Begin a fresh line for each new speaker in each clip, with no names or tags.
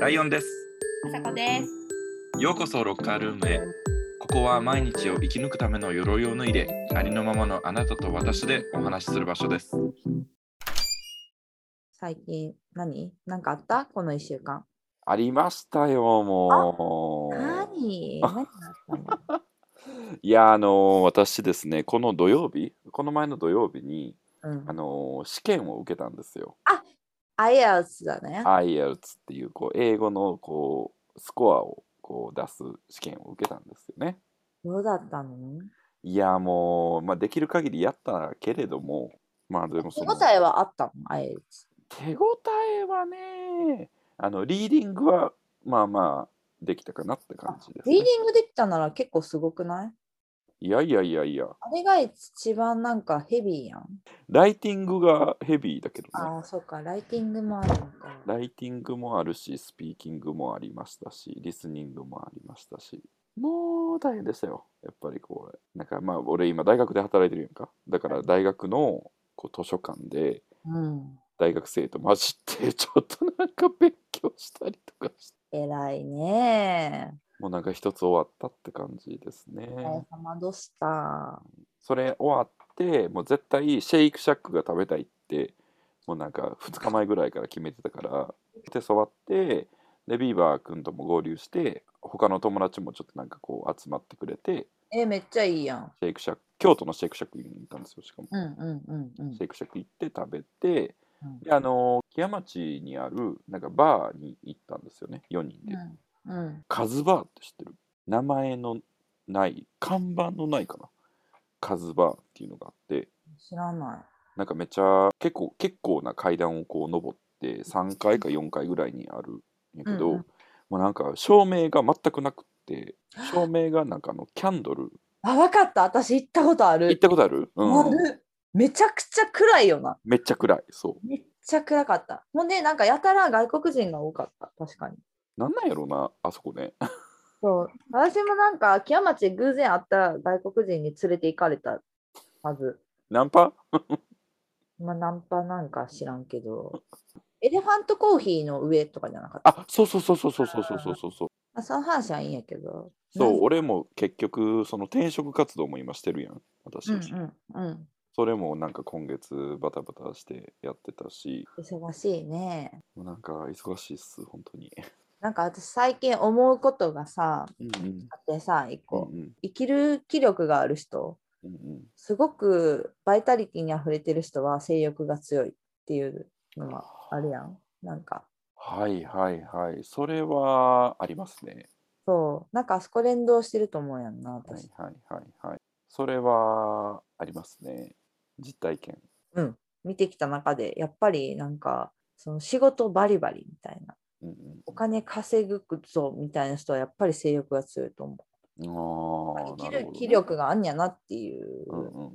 ライオンです。
あさこです。
ようこそロッカールームへ。ここは毎日を生き抜くための鎧を脱いで、ありのままのあなたと私でお話しする場所です。
最近何なんかあったこの1週間。
ありましたよ、もう。
何何があったの
いや、あのー私ですね、この土曜日、この前の土曜日に、
うん
あ、のー試験を受けたんですよ。
?IELTS だね。
IELTS っていう、こう、英語の、こう、スコアを、こう、出す試験を受けたんですよね。
どうだったの
いや、もう、まあ、できる限りやったけれども、まあ、でも
手
そ
応
の、
えはあったの ?IELTS。
手応えはねあのリーディングはまあまあできたかなって感じです、
リーデ
ね、
ィングできたなら結構すごくない
いやいやいやいや
あれが一番なんかヘビーやん。
ライティングがヘビーだけどね
ああ、そうか。ライティングもあるのか。
ライティングもあるしスピーキングもありましたしリスニングもありましたしもう大変でしたよやっぱりこれなんかまあ俺今大学で働いてるやんかだから大学のこう図書館で
うん。
大学生と混じってちょっとなんか勉強したりとかして
偉いね。
もうなんか一つ終わったって感じですね。
お疲れ様でした。
それ終わってもう絶対シェイクシャックが食べたいってもうなんか2日前ぐらいから決めてたから手触ってでビーバー君とも合流して他の友達もちょっとなんかこう集まってくれて
え、めっちゃいいやん。
シェイクシャック京都のシェイクシャックに行ったんですよしかも、
うんうんうんうん
シェ。イクシャック行って食べて
うん
であの木屋町にあるなんかバーに行ったんですよね4人で、
うんうん、
カズバーって知ってる名前のない看板のないかなカズバーっていうのがあって
知らない。
なんかめっちゃ結構結構な階段をこう登って3階か4階ぐらいにあるんやけど、
うんうん
もうなんか照明が全くなくって照明がなんかあのキャンドル
あ、わかった。私行ったことあ
行っ
る。
たことある、うん
あるめちゃくちゃ暗いよな。
めっちゃ暗いそ
めっちゃ暗かった。ほんで、なんかやたら外国人が多かった。確かに。
うなんなんやろうなあそこね
そう。私もなんか、木屋町で偶然会ったら外国人に連れて行かれたはず。
ナンパ
まあ、ナンパなんか知らんけど。エレファントコーヒーの上とかじゃなかった。
あそうそうそうそうそうそうそうそうそうそう
あその話はいいんやけど。
そう
俺。
俺も結局その転職活動も今してるやん私、
うんうんうん。
それもなんか今月バタバタしてやってたし
忙しいね。
もうなんか忙しいっす本当に
なんか私最近思うことがさ、
うんうん
あってさ、一
う
個。
ん
生きる気力がある人、
うんうん
すごくバイタリティに溢れてる人は性欲が強いっていうのはあるやん。なんか、
はいはいはい。それはありますね。
そう、なんかあそこ連動してると思うやんな、
はい
私。
はいはいはい。それはありますね。実体験。
うん、見てきた中で、やっぱりなんか、その仕事バリバリみたいな、
うん
お金稼ぐぞみたいな人はやっぱり性欲が強いと思
うん、
う。
ああ、
生
な
き
る
る
ほど、
気力。があんやなっていう。
うんうんうんうん。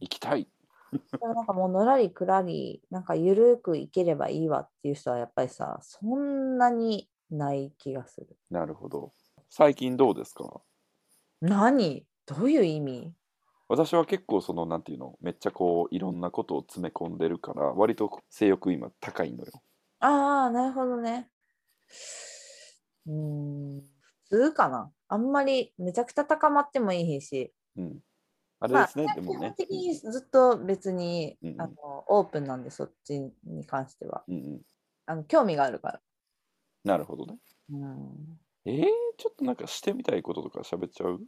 行きたい。
でもなんかもうのらりくらり、なんかゆるくいければいいわっていう人はやっぱりさ、そんなにない気がする。
なるほど。最近どうですか
何どういう意味
私は結構そのなんていうのめっちゃこういろんなことを詰め込んでるから割と性欲今高いのよ。
ああ、なるほどね。うーん、普通かな。あんまりめちゃくちゃ高まってもいいし、
うん。あれ
ま
で
あ、
すね、で
基
もね
本。的にずっと別に、
うんうん
あのオープンなんで、そっちに関しては。
うんうん。
あの興味があるから。
なるほどね。
うん、
えー、ちょっとなんかしてみたいこととか喋っちゃう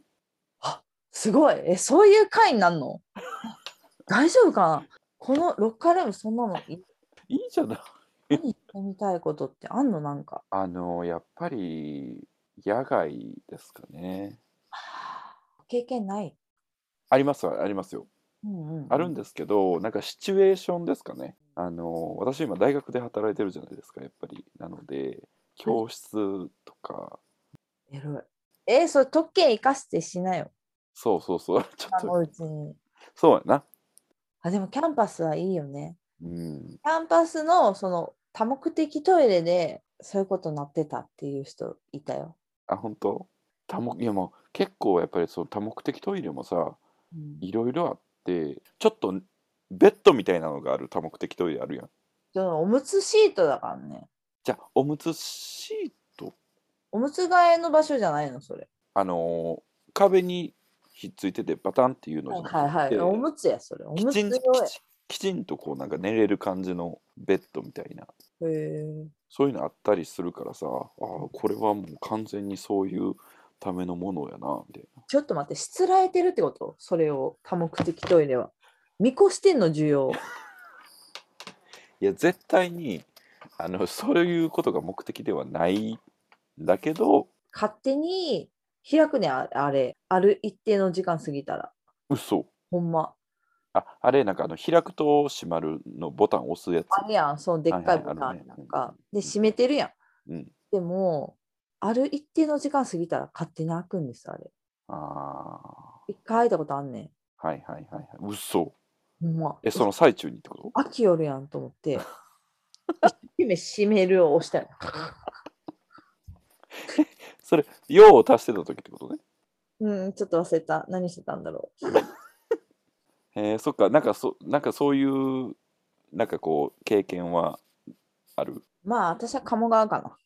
すごい。え、そういう回になん の大丈夫かなこのロッカールーム、そんなのい
いいじゃない。
何言ってみたいことってあんのなんか。
あのやっぱり野外ですかね。
経験ない。
ありますありますよ。
うんうん、
あるんですけど、なんかシチュエーションですかね。あの私今大学で働いてるじゃないですかやっぱり。なので教室とか、
エロい。えーそれ特権生かしてしなよ。
そうそうそう ちょっ
あの
と
うちに。
そうやな。
あ、でもキャンパスはいいよね。
うん、
キャンパスのその多目的トイレでそういうことなってたっていう人いたよ。
あ本当多目いやもう結構やっぱりその多目的トイレもさ
うん、
いろいろあってちょっとベッドみたいなのがある多目的トイレあるやん。
でもおむつシートだからね。
じゃあおむつシート
おむつ替えの場所じゃないのそれ。
あのー壁にひっついててバタンっていうのじゃなくて、
はいはい。おむつやそれ。お
き
むつ
ちん
用
き
や。
ちきちんとこうなんか寝れる感じのベッドみたいな
へー
そういうのあったりするからさあーこれはもう完全にそういうためのものやなみたいな
ちょっと待って、しつらえてるってことそれを多目的トイレは。見越してんの需要。
いや絶対にあのそういうことが目的ではないんだけど
勝手に開くね、ああれ。ある一定の時間過ぎたら。
嘘
ほんま。
ああれなんかあの開くと閉まるのボタン押すやつ
あるやん、そのでっかい
はいは
ボタ
いある
ン
ね
なんか。で、閉めてるやん。
うん
でも、ある一定の時間過ぎたら勝手に開くんです、あれ。
あ
一回開いたことあんね
ーはいはいはいはい嘘
ん。ほんま。
えその最中にってこと
飽きよるやんと思 って。一生懸命閉めるを押したよ。
それ用を足してた時ってことね
うん、ちょっと忘れた。何してたんだろう。
えー、そっかなんかそなんかそういうなんかこう経験はある
まあ、私は鴨川か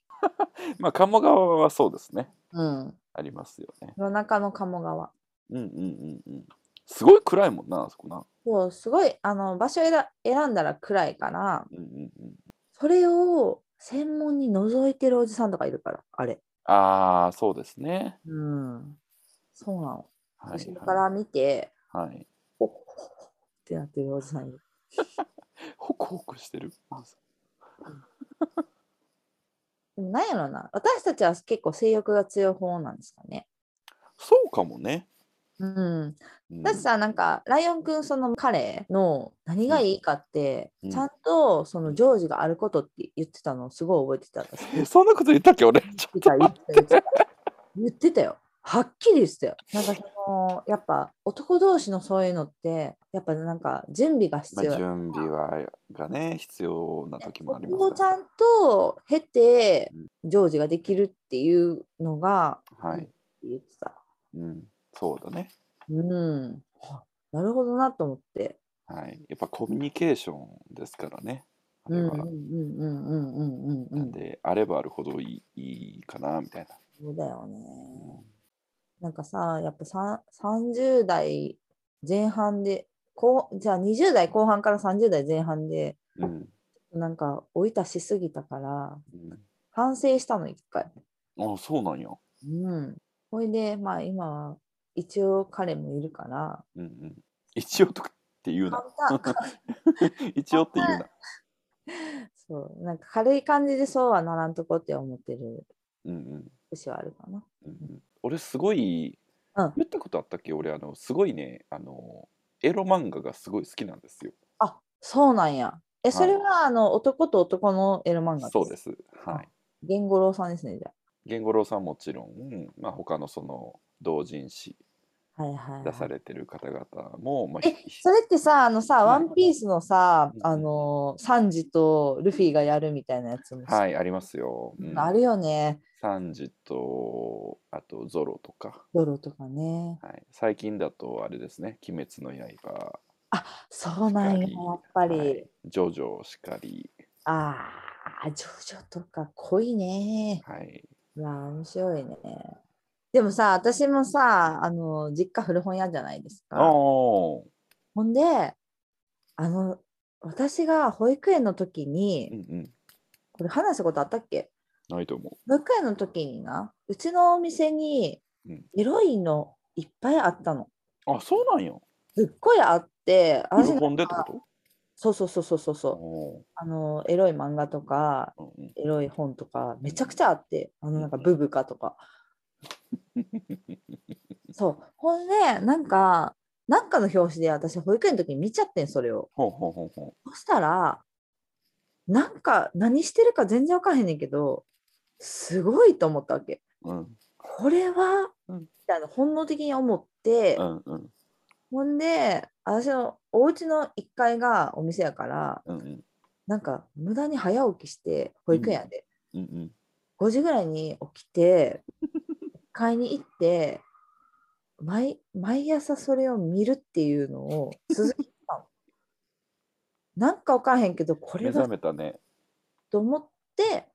まあ鴨川はそうですね
な。うん。
ありますよね
夜中の鴨川。
うんうんうんうんすごい暗いもんなあそこな
そう、すごい、あの、場所選選んだら暗いから、
うんうんうん
それを専門に覗いてるおじさんとかいるから、あれ。
ああそうですね
うん。そうなの。
はい
後ろから見て、
はい、はい、
ほっほっほっほっってなってるおじさんいる。
ホクホクしてる
でもなんやろな。私たちは結構性欲が強い方なんですかね。
そうかもね、
うん。
うん
だってさ、なんか、ライオンくん、その彼の何がいいかって、
うん
ちゃんとその常時があることって言ってたのをすごい覚えてた。私
えそんなこと言ったっけ俺ちょっ
言
と
ってた言ってた言ってたよ。はっきり言ってたよ。なんかその、やっぱ男同士のそういうのって、やっぱなんか準備が
ま
必
あ
要や。
準備はがね必要な時もあり
そこを
ま
ち
すね
ゃんと経て、常時ができるっていうのが
はい、
言ってた。
うん、そうだね
うん。なるほどなと思って。
はいやっぱコミュニケーションですからねあ
う
れ
んうん
は
うんうんうんうんう
なんん。であればあるほどいいいいかなみたいな
そうだよね。なんかさ、やっぱさ30代前半で、こうじゃあ20代後半から30代前半で、
うん、
なんか追い足しすぎたから
うん
反省したの一回。
あそうなんや。
うん。ほいでまあ今は一応彼もいるから
うんうん、一応とかって言う な。
簡単
一応って言うな。
そうなんか軽い感じでそうはならんとこって思ってる
うんうん
節はあるかな。
うんうん、俺すごい、
うん
言ったことあったっけ俺あのすごいねあのエロ漫画がすごい好きなんですよ。
あそうなんや。え
い
それはあの男と男のエロ漫画。
そうですす。はい。
源五郎さんですねじゃ
源五郎さんもちろん、まあ、他のその同人誌
あ。はいはい、
出さ
はい。
れてる方々も、まあ、
えそれってさあのさ「
は
ワ
い
ンピースのさ、
うんうん
あのサンジとルフィがやるみたいなやつもさ、
はいありますよ。うん、
あるよね
サンジとあとゾロとか、
ドロとかね。
はい、最近だとあれですね「鬼滅の刃」
そうなんや、
しかり
やっぱり。
はいジョジョしかり、
ああ、ジョジョとか濃いね。
はい、
いや、面白いね。でもさ、私もさ、あの、実家古本屋じゃないです
ああ
か。ほんで、あの、私が保育園の時
う
に、
んうん
これ話したことあったっけ
ないと思
保育園の時にな、うちのお店に
うん
エロいのいっぱいあったの。
うあそうなんや
すっごいあって、私、
喜んでってこ
そうそうそうそうそう
と
そう、
お
あの、エロい漫画とか、
ーうんうん
エロい本とかめちゃくちゃあって、あのなんかブブカとか。そう。ほんで、なんか、なんかの表紙で私保育園の時に見ちゃってん、それを。
ほうほうほうほ
そしたら、なんか何してるか全然わからへんねんけど、すごいと思ったわけ。
ううん
これは、
うん
みたいな本能的に思って
う、んうん
ほんで、私のお家の1階がお店やから、
うんうん
なんか無駄に早起きして、保育園やで。
うんうん
5時ぐらいに起き て買いに行って毎毎朝それを見るっていうのを続けてたの。 なんか分からへんけどこれ
目覚
だ
めたね
と思って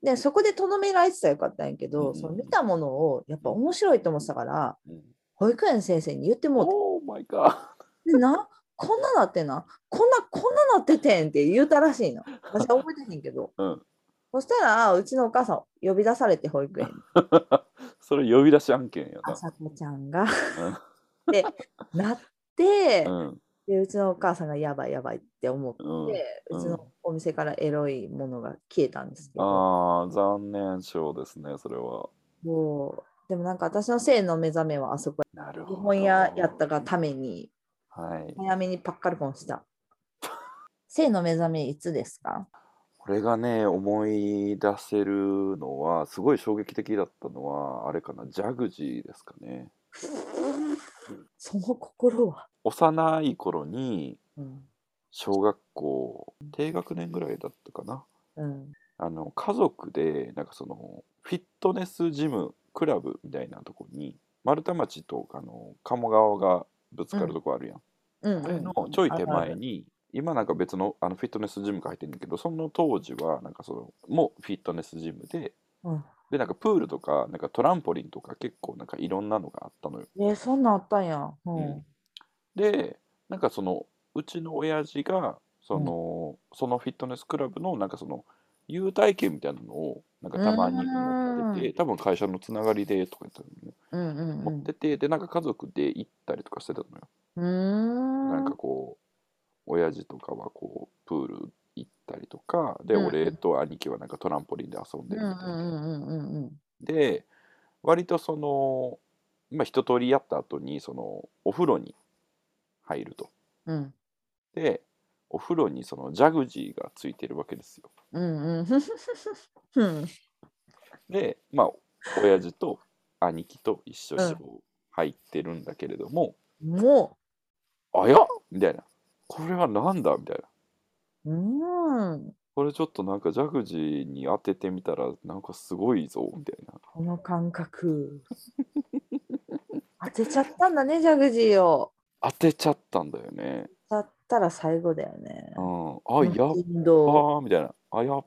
で、そこでとどめられてたらよかったんやけ
うんうん
ど、
うん
その見たものをやっぱ面白いと思ってたから、
うん、
保育園の先生に言ってもうて
おーマイガ
でな、こんななってな、こんな、こんななっててんって言うたらしいの。私は覚えてへんけど。
ー。うん。
そしたら、うちのお母さん呼び出されて保育園に。
それ呼び出し案件や
あ
な。
さこちゃんがってなって、
うん。
で、うちのお母さんがやばいやばいって思っ
うん。
て、
う
うんちのお店からエロいものが消えたんですけど、
ああ、残念賞ですね、それは。
もうでもなんか私の性の目覚めはあそこ
なるほ
日
ど。
本屋やったがために
はい。
早めにパッカルコンした。性の目覚めいつですか
これがね、思い出せるのは、すごい衝撃的だったのは、あれかな、ジャグジーですかね。
その心は、
幼い頃に、
うん
小学校、低学年ぐらいだったかな。
うん
あの、家族で、なんかその、フィットネスジム、クラブみたいなとこに、丸太町と、あの、鴨川がぶつかるとこあるやん。
うん
あ
う
れ
ん
のちょい手前
に。
に今なんか別のあのフィットネスジムが入ってるんだけどその当時はなんかそのもうフィットネスジムで
うん
でなんかプールとかなんかトランポリンとか結構なんかいろんなのがあったのよ。
えーそんなんあったんや。うん
うんでなんかそのうちの親父がその,、そのフィットネスクラブのなんかその優待券みたいなのをなんかたまに持ってて多分会社のつながりでとか言ったのね
うんうんうん
持っててでなんか家族で行ったりとかしてたのよ。
うーん
なんかこう親父とかはこうプール行ったりとかで、
うん
俺と兄貴はなんかトランポリンで遊んで
うん
る
う
みたいな。
んうんうんうん
で割とその、まあ、一通りやった後にそのお風呂に入ると。
うん
でお風呂にそのジャグジーがついてるわけですよ。
うん うん
でまあ親父と兄貴と一緒にこう入ってるんだけれども
うんも
「あやっ!」みたいな「これはなんだ?」みたいな。
ううん
これちょっとなんかジャグジーに当ててみたらなんかすごいぞみたいな
この感覚 当てちゃったんだねジャグジーを
当てちゃったんだよね。
当たったら最後だよね
う、ん、あやっ
運動
ばーみたいなあやっ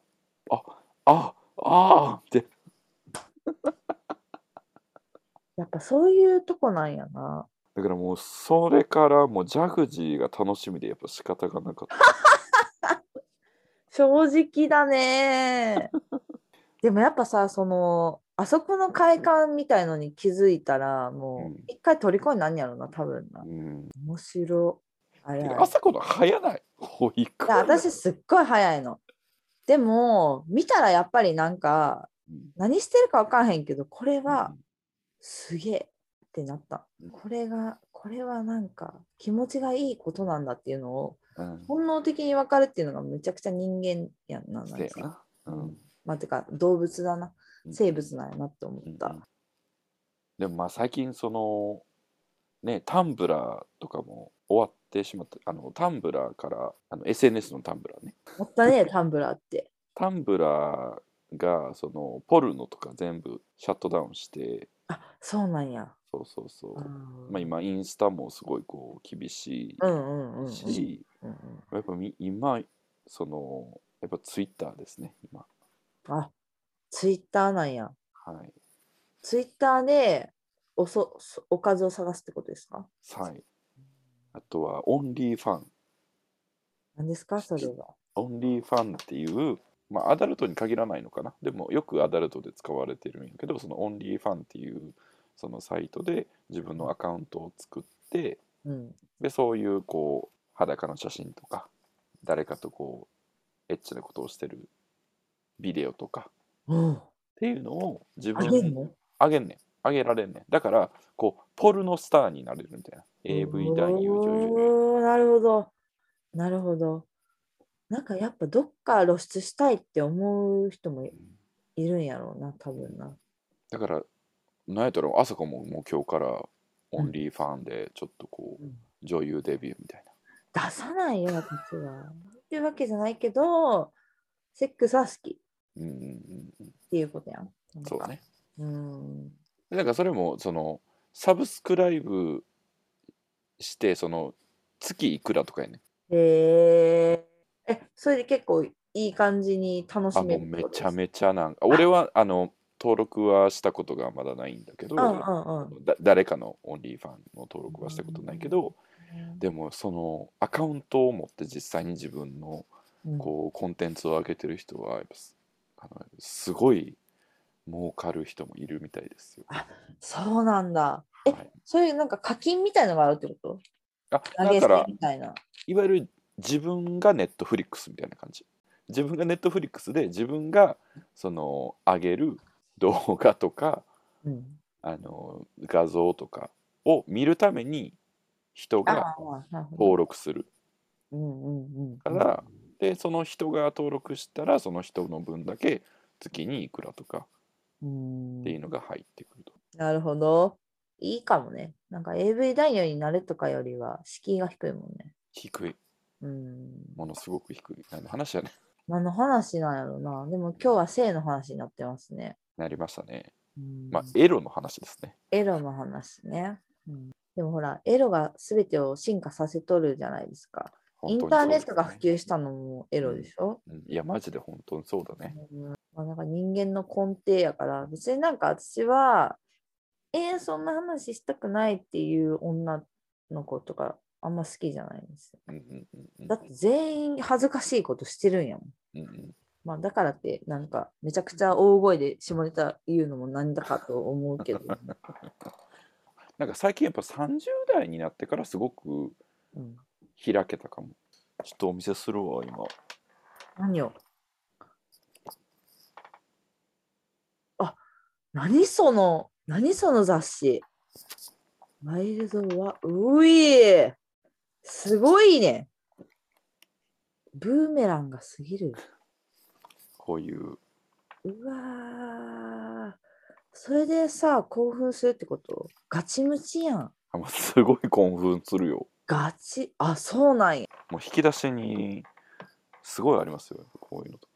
あああーって
やっぱそういうとこなんやな
だからもうそれからもうジャグジーが楽しみでやっぱ仕方がなかった。
正直 だねでもやっぱさそのあそこの快感みたいのに気づいたらも
うん
う一回虜になんやろな多分な
うん、
面白い早い
てか朝子の早ない保育
いや私すっごい早いの。でも見たらやっぱりなんか
うん
何してるか分からへんけどこれはすげえってなった
うん。
これがこれはなんか気持ちがいいことなんだっていうのを
うん、
本能的に分かるっていうのがめちゃくちゃ人間やんな。なん
せや
か
な、うん、
まあてか動物だな
うん
生物なんやなって思
うん
った。
でもまあ最近そのねタンブラーとかも終わってしまってあのタンブラーからあの SNS のタンブラーね
もったねえタンブラーって。
タンブラーがそのポルノとか全部シャットダウンして
あそうなんや。
そうそうそう
う、
まあ、
ん
今インスタもすごいこう厳し
うんうんうんうん
いし、
うんうん。
やっぱみ今そのやっぱツイッターですね今
あツイッターなんや。
はい
ツイッターでおそそおかずを探すってことですか
3位あとはオンリーファン
何ですかそれは。
オンリーファンっていう、まあ、アダルトに限らないのかなでもよくアダルトで使われてるんやけどそのオンリーファンっていうそのサイトで自分のアカウントを作って
うん。
でそういうこう裸の写真とか誰かとこうエッチなことをしてるビデオとかっ
うん、
ていうのを自
あ
分
げんの
あげんねんあげられんねんだからこうポルノスターになれるみたいな AV 男優女優
おーなるほど。なるほど。なんかやっぱどっか露出したいって思う人もいいるんやろうな、多分な。
だからなんやったらあさこももう今日からオンリーファンでちょっとこう女優デビューみたいな
出さないよ、私は。っていうわけじゃないけど、セックスは好きっ
うんうんうんうん
ていうことやん。なんか
そうね。
うん。
だからそれもそのサブスクライブしてその月いくらとかやねん
へえ。え、それで結構いい感じに楽し
あも
め
う
る
めち
ゃ
ゃめちゃなんか俺はあの登録はしたことがまだないんだけど、
うんうんうん
だ誰かのオンリーファンの登録はしたことないけど、でもそのアカウントを持って実際に自分の
うん
こうコンテンツを上げてる人はやっぱすあのすごい儲かる人もいるみたいですよ。
そうなんだ。え、
はい
そういうなんか課金みたいのがあるってこと
あ
投げ
だから
銭みたいな。
いわゆる自分がネットフリックスみたいな感じ自分がネットフリックスで自分がその上げる動画とか
うん、
あの画像とかを見るために人
あ
が
あ、なるほど。
登録する
うんうんうん。
から、でその人が登録したらその人の分だけ月にいくらとか
うん
っていうのが入ってくると、
なるほど。いいかもね。なんか AV 男優になるとかよりは敷居が低いもんね。
低い
うん。
ものすごく低いなんで話はね
何の話なんやろな。でも今日は性の話になってますね。
なりましたね
うん
まあエロの話ですね
エロの話ね。うんでもほら、エロが全てを進化させとるじゃないですか。
本
イ
当
ン
に
タ
そ
ー
う
ネ
で
ッ
す
トが普及したのもエロでしょ、
うんいやマジで本当にそうだね
まあ、なんか人間の根底やから別になんか私はえー、そんな話したくないっていう女の子とかあんま好きじゃないんですよ
うんうんうんうん
だって全員恥ずかしいことしてるんやもん、
うんうん
まあ、だからってなんかめちゃくちゃ大声で下ネタ言うのもなんだかと思う けど、
なんか最近やっぱ30代になってからすごく
うん、
開けたかもちょっとお見せするわ今
何をあ何その何その雑誌ワイルドはういすごいねブーメランが過ぎる
こういう
うわーそれでさ興奮するってことガチムチやん
あもうすごい興奮するよ
ガチあそうなんや
もう引き出しにすごいありますよこういうのとか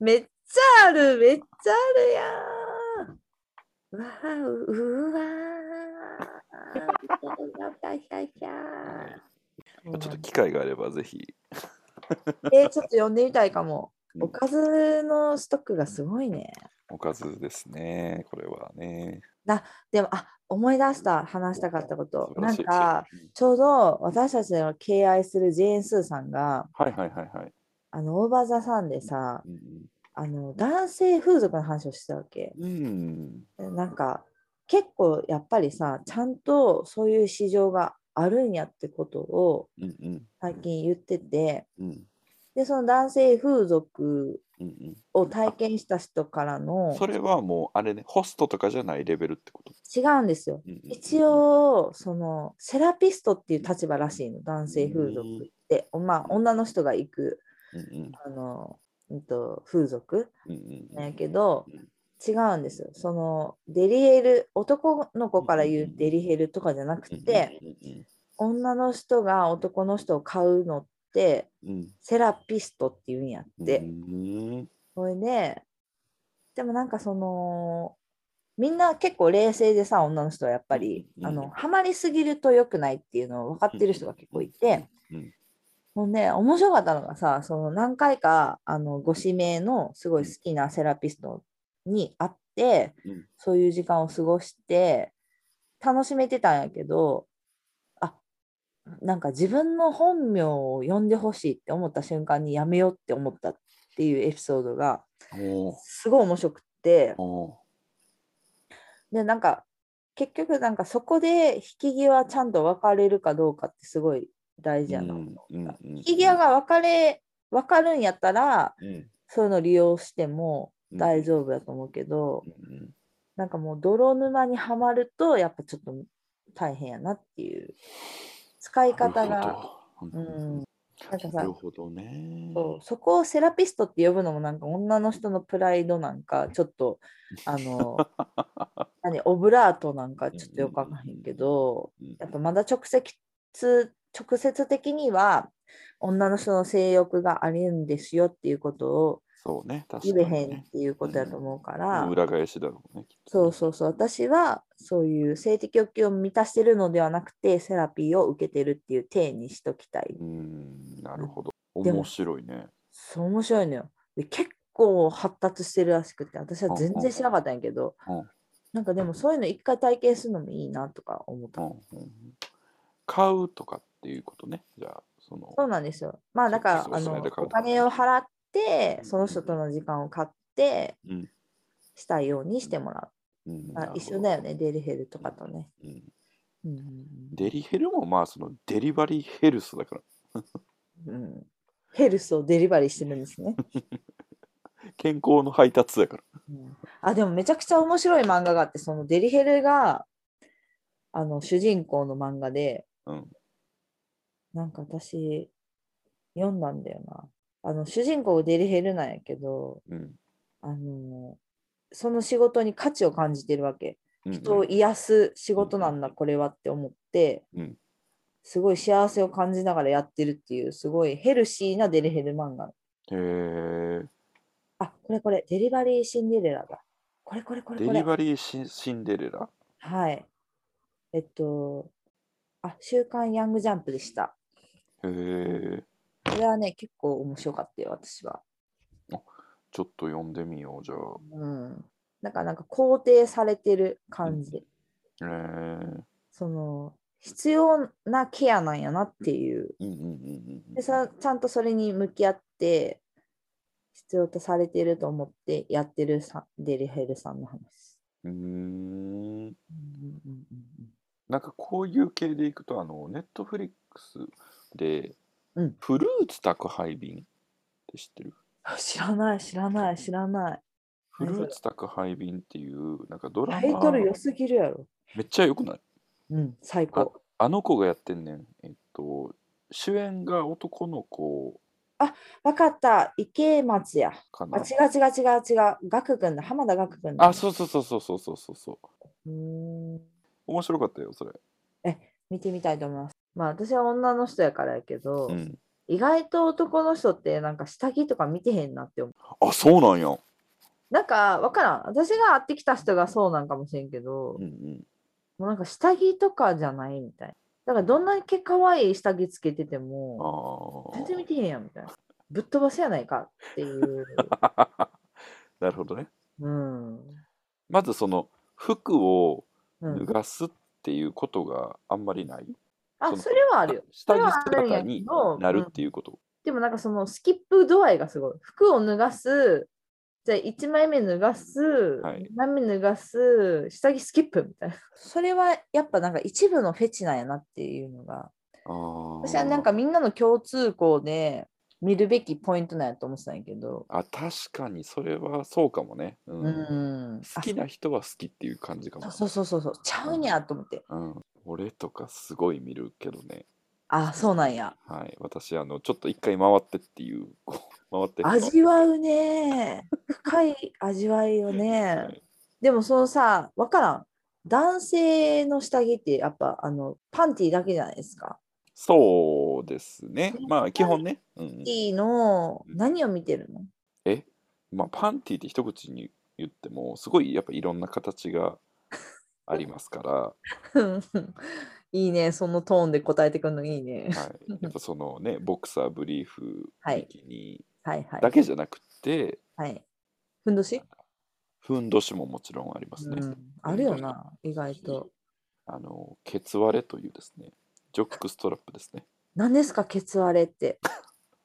めっちゃあるめっちゃあるやんうわーううわーひゃひゃひゃ
まあちょっと機会があればぜひ
えーちょっと読んでみたいかも
う。ん
おかずのストックがすごいね。
おかずですねこれはね
でも、あ思い出した、話したかったこと。
素晴
な
ら
ん
しい
か、
うん
ちょうど私たちの敬愛するジェーン・スーさんが、
はいはいはいはい、
あの、オーバーザさんでさ、
うん
あの、男性風俗の話をしてたわけ。
うん、
なんか結構やっぱりさちゃんとそういう市場があるんやってことを
うんうん
最近言ってて
うん
でその男性風俗
うんうん
を体験した人からの
それはもうあれねホストとかじゃないレベルってこと、
違うんですよ。
うんうん
一応そのセラピストっていう立場らしいの男性風俗って、まあ、女の人が行く
うんうん
あの、うんと、風俗
うんうんうん
なんやけど
うん
違うんですよ。そのデリヘル男の子から言うデリヘルとかじゃなくて。女の人が男の人を買うのって
うん
セラピストっていうんやって、
うん
それででもなんかそのみんな結構冷静でさ女の人はやっぱり、
うん
あのハマりすぎると良くないっていうのを分かってる人が結構いて、
うん
もうね面白かったのがさその何回かあのご指名のすごい好きなセラピストに会って、
うん
そういう時間を過ごして楽しめてたんやけどあなんか自分の本名を呼んでほしいって思った瞬間にやめようって思ったっていうエピソードが
おー
すごい面白くって
おー
でなんか結局なんかそこで引き際ちゃんと分かれるかどうかってすごい大事やな。
うんうんうん
引き際が分かれ分かるんやったら
うん
そういうの利用しても大丈夫やと思うけど、
うんうん
なんかもう泥沼にはまるとやっぱちょっと大変やなっていう使い
な
方
る
が、
ほ
う
ど
ん、なんか
な
さ
るほどね
そうそこをセラピストって呼ぶのもなんか女の人のプライドなんかちょっとあ の何オブラートなんかちょっとよくわかんないけど
うん
やっぱまだ直接直接的には女の人の性欲があるんですよっていうことを
そうね確
言
か
え
に
へんっ
ね
ていうことやと思うから、
裏返しだろうねきっと
そうそうそう私はそういう性的欲求を満たしてるのではなくてセラピーを受けてるっていう体にしときたい
うんなるほど
でも
面白いね
そう面白いのよ。で結構発達してるらしくて私は全然知らなかったんやけど、
うんうん
なんかでもそういうの一回体験するのもいいなとか思った。
うんうん買うとかっていうことねじゃあその
そうなんですよ。まあだから
そうそう
あ
そう
の
それで買う
お金を払って
うん
その人との時間を買って
うん
したいようにしてもら
うん
う。ま
な
あ
るほど
一緒だよねデリヘルとかとね。
うん
うん
デリヘルもまあそのデリバリーヘルスだから
うんうんヘルスをデリバリーしてるんですね。
健康の配達だから
うんあでもめちゃくちゃ面白い漫画があってそのデリヘルがあの主人公の漫画で、
うん
なんか私読んだんだよなあの主人公デリヘルなんやけど
うん
あのその仕事に価値を感じてるわけ
うん
人を癒す仕事なんだこれはって思って、
うん
すごい幸せを感じながらやってるっていうすごいヘルシーなデリヘル漫画
へえ
あこれこれデリバリーシンデレラだこれこれこれこ
デ
れ
リバリーシシンデレラ
はい。えっと、あ、週刊ヤングジャンプでした。
へえ
これはね、結構面白かったよ、私は。
ちょっと読んでみようじゃ
うん。なんか、なんか肯定されてる感じ。
あへえ
その、必要なケアなんやなっていう。
うんうんうんうん
でさ、ちゃんとそれに向き合って、必要とされてると思ってやってるさデリヘルさんの話。
うーん
うんうんうん
なんかこういう系でいくとあのネットフリックスで、
うん
フルーツ宅配便って知ってる
うん、知らない、知らない、知らない。
フ
何それ
ルーツ宅配便っていうなんかドラ
タイ
マ
トル良すぎるやろ。
めっちゃよくない
うん、最高。
あの子がやってんねんえっと主演が男の子
わかった、池松や。
か
あ
な
違う違う違う違う。ガク君だ。浜田ガク君だ。
あそうそうそうそうそうそうそうそう
うーん。
面白かったよそれ
見てみたいと思います。まあ私は女の人やからやけど、
うん
意外と男の人ってなんか下着とか見てへんなって思う。
あそうなんや
なんかわからん。私が会ってきた人がそうなんかもしれんけど、
うんうん
もうなんか下着とかじゃないみたい。だからどんだけ可愛い下着つけてて
あ
も、全然
ー
見てへんやんみたいな。ぶっ飛ばせやないかっていう。
なるほどね
うん。
まずその服を
う ん
脱、がすっていうことがあんまりない、
あ、それはあるよ。
下着姿になるっていうこと。
でもなんかそのスキップ度合いがすごい。服を脱がす、じゃあ1枚目脱がす、
はい
2枚目脱がす、下着スキップみたいな。それはやっぱなんか一部のフェチなんやなっていうのが、
あ
私はなんかみんなの共通項で見るべきポイントなんやと思ってたんやけど、
あ確かにそれはそうかもね、うん
うん。
好きな人は好きっていう感じかも
あ。そうそうそうそう、ちゃうにゃと思って。
うん、俺とかすごい見るけどね、
あ、そうなんや。
はい、私あのちょっと一回回ってっていうこう 回って
味わうね。深い味わいよね。
はい
でもそのさ、わからん。男性の下着ってやっぱあのパンティだけじゃないですか。
そうですねまあ基本ね、うんうん
パンティの
うん
何を見てるの
まあ、パンティって一口に言ってもすごいやっぱいろんな形 がありますから。
いいね、そのトーンで答えてくるのいいね。
はい、やっぱその ねボクサーブリーフ
はい
ビキニ
はいは
だ
い。
けじゃなくて、
はい、ふんどし、
ふんどしももちろんありますね、
うん、あるよな、意外と。
あのケツ割れというですねジョックストラップですね
何ですか、ケツ割れって。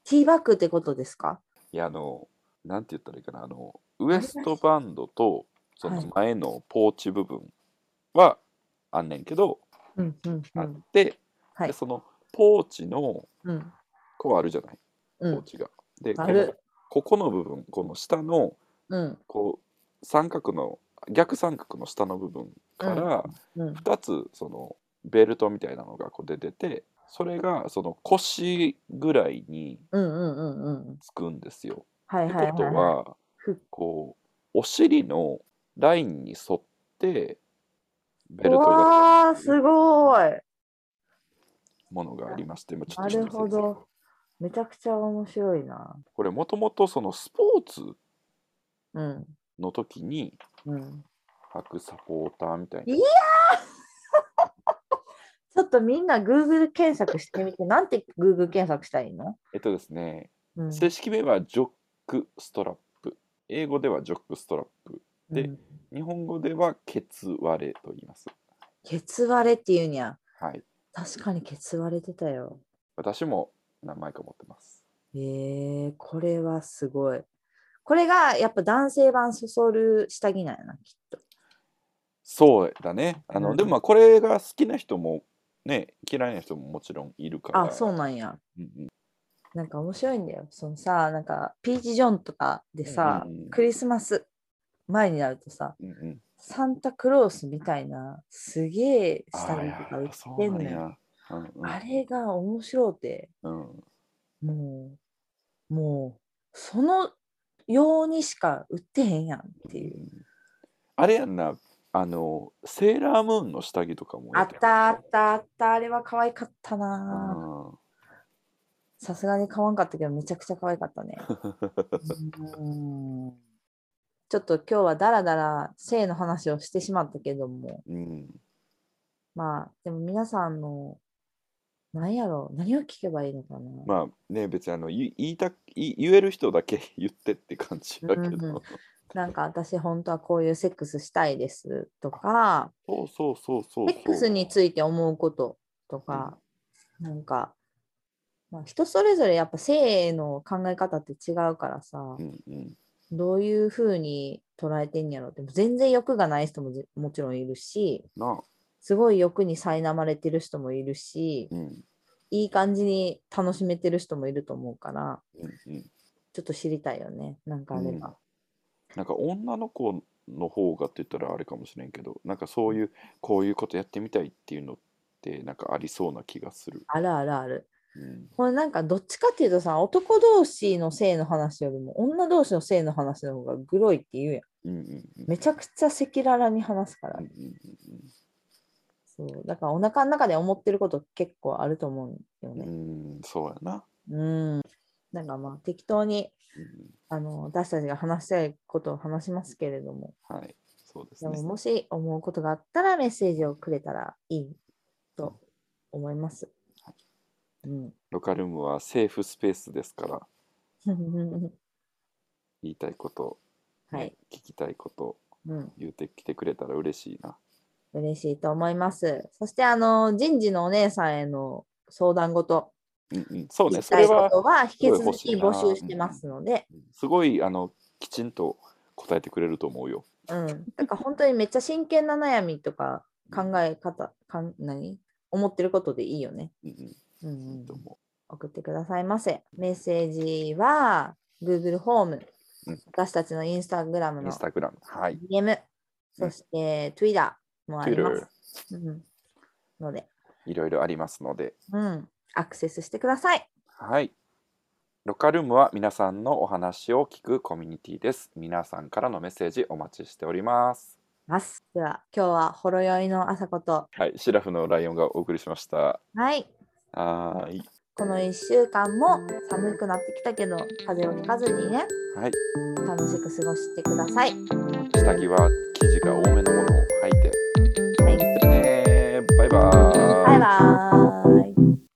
ティーバッグってことですか
いやあのなんて言ったらいいかなあのウエストバンドとその前のポーチ部分はあんねんけど、
うんうんう
あっ
ん。
て、
はい
でそのポーチの
うん
こうあるじゃないポ
う
ー
ん
チが、でこ
あ
の
る
ここの部分この下の
うん
こう三角の逆三角の下の部分から
うん
2つそのベルトみたいなのがこう出ててそれがその腰ぐらいに
うんうんうんうん。
つくんですよ。
はい
って
はいはい、
こと
はい。
は
ふ
こうお尻のラインに沿ってベルト
う
が
わー、すごい。
ものがありましてまあちょ
な
っと
るほど。めちゃくちゃ面白いな。
これもともとそのスポーツ
うん。
の時に
うん、
履くサポーターみたい
い
な
やちょっとみんな Google 検索してみて、なんて Google 検索したらいいの
えっとですね
うん
正式名はジョックストラップ英語ではジョックストラップで
うん
日本語ではケツ割れと言います
ケツ割れっていうにゃ。
はい
確かにケツ割れてたよ。
私も何枚か持ってます
えー、これはすごい。これがやっぱ男性版そそる下着なんやな、きっと。
そうだねあの、
うん
でもまあこれが好きな人もね嫌いな人ももちろんいるから
あ、そう
の
なんや。
うんうん
なんか面白いんだよ。そのさ、なんかピーチ・ジョンとかでさ、
うんうんうん
クリスマス前になるとさ、
うんうん
サンタクロースみたいなすげえ
あ
下着
ー
とか売
いや
ってんねん。あ
そうなんやうんうん
れが面白くて、
うん
もう、もう、そのようにしか売ってへんやんっていう。
あれやんなあのセーラームーンの下着とかも
あったあったあった、あれは可愛かった
う
なぁ。
ん
さすがに買わんかったけど、めちゃくちゃ可愛かったね。うんちょっと今日はダラダラ性の話をしてしまったけども、
うん
まあ、でも皆さんの、何やろう、何を聞けばいいのかな。
まあね別にあの言い言いた言い言える人だけ 言ってって感じだけど、
うんうんなんか私、本当はこういうセックスしたいですとか、
そうそうそうそう
セック
そ
ス
う
について思うこととか、なんか、まあ、人それぞれやっぱ性の考え方って違うからさ、
うんうん
どういうふうに捉えてんやろうって、全然欲がない人もぜもちろんいるし、
なあ
すごい欲に苛まれてる人もいるし、
うんうん
いい感じに楽しめてる人もいると思うから、
うん
ちょっと知りたいよね、なんかあれば。
なんか女の子の方がって言ったらあれかもしれんけどなんかそういうこういうことやってみたいっていうのってなんかありそうな気がする、
あるあるある。
うん、
これなんかどっちかっていうとさ、男同士の性の話よりも女同士の性の話の方がグロいって言うやん。
うんうんうん
めちゃくちゃ赤裸々に話すから
うんう。んうん
そう。だからお腹の中で思ってること結構あると思うよ
う
ね。
んうんそうやな、
うん。なんかまあ適当に
うん
あの私たちが話したいことを話しますけれども、
うん、はいそうです
でも
ね
もし思うことがあったらメッセージをくれたらいいと思います。うん。
ロカルームはセーフスペースですから言いたいこと、ね
はい。
聞きたいこと
うん。
言ってきてくれたら嬉しいな
嬉しいと思います。そして、あの、人事のお姉さんへの相談事、
うんうん、そうね、
聞き
そ
たい
れ
こ
は
とは引き続
すごい
き募
欲しいな
集してますので、
すごいあのきちんと答えてくれると思うよ。
うん。なんか本当にめっちゃ真剣な悩みとか考え方、かん何思ってることでいいよね。
うんうん
うん
い
うん
いと思
送ってくださいませ。メッセージは Google ホーム
うん、
私たちの Instagram
う。イ
の
ンスタグラム。はい。
DM、
う
そ
ん
して Twitter もありま
Twitter
す。うん、ので、
いろいろありますので。
うん、アクセスしてください。
はい。ロカルームは皆さんのお話を聞くコミュニティです。皆さんからのメッセージお待ちしております。
ます。では、今日はほろ酔いの朝こと。
はい、シラフのライオンがお送りしました。
はい。
はーい。
この1週間も寒くなってきたけど、風邪をひかずにね、
はい。
楽しく過ごしてください。
下着は生地が多めのものを履いて。
はい
ねーバイバー
バイバーイ。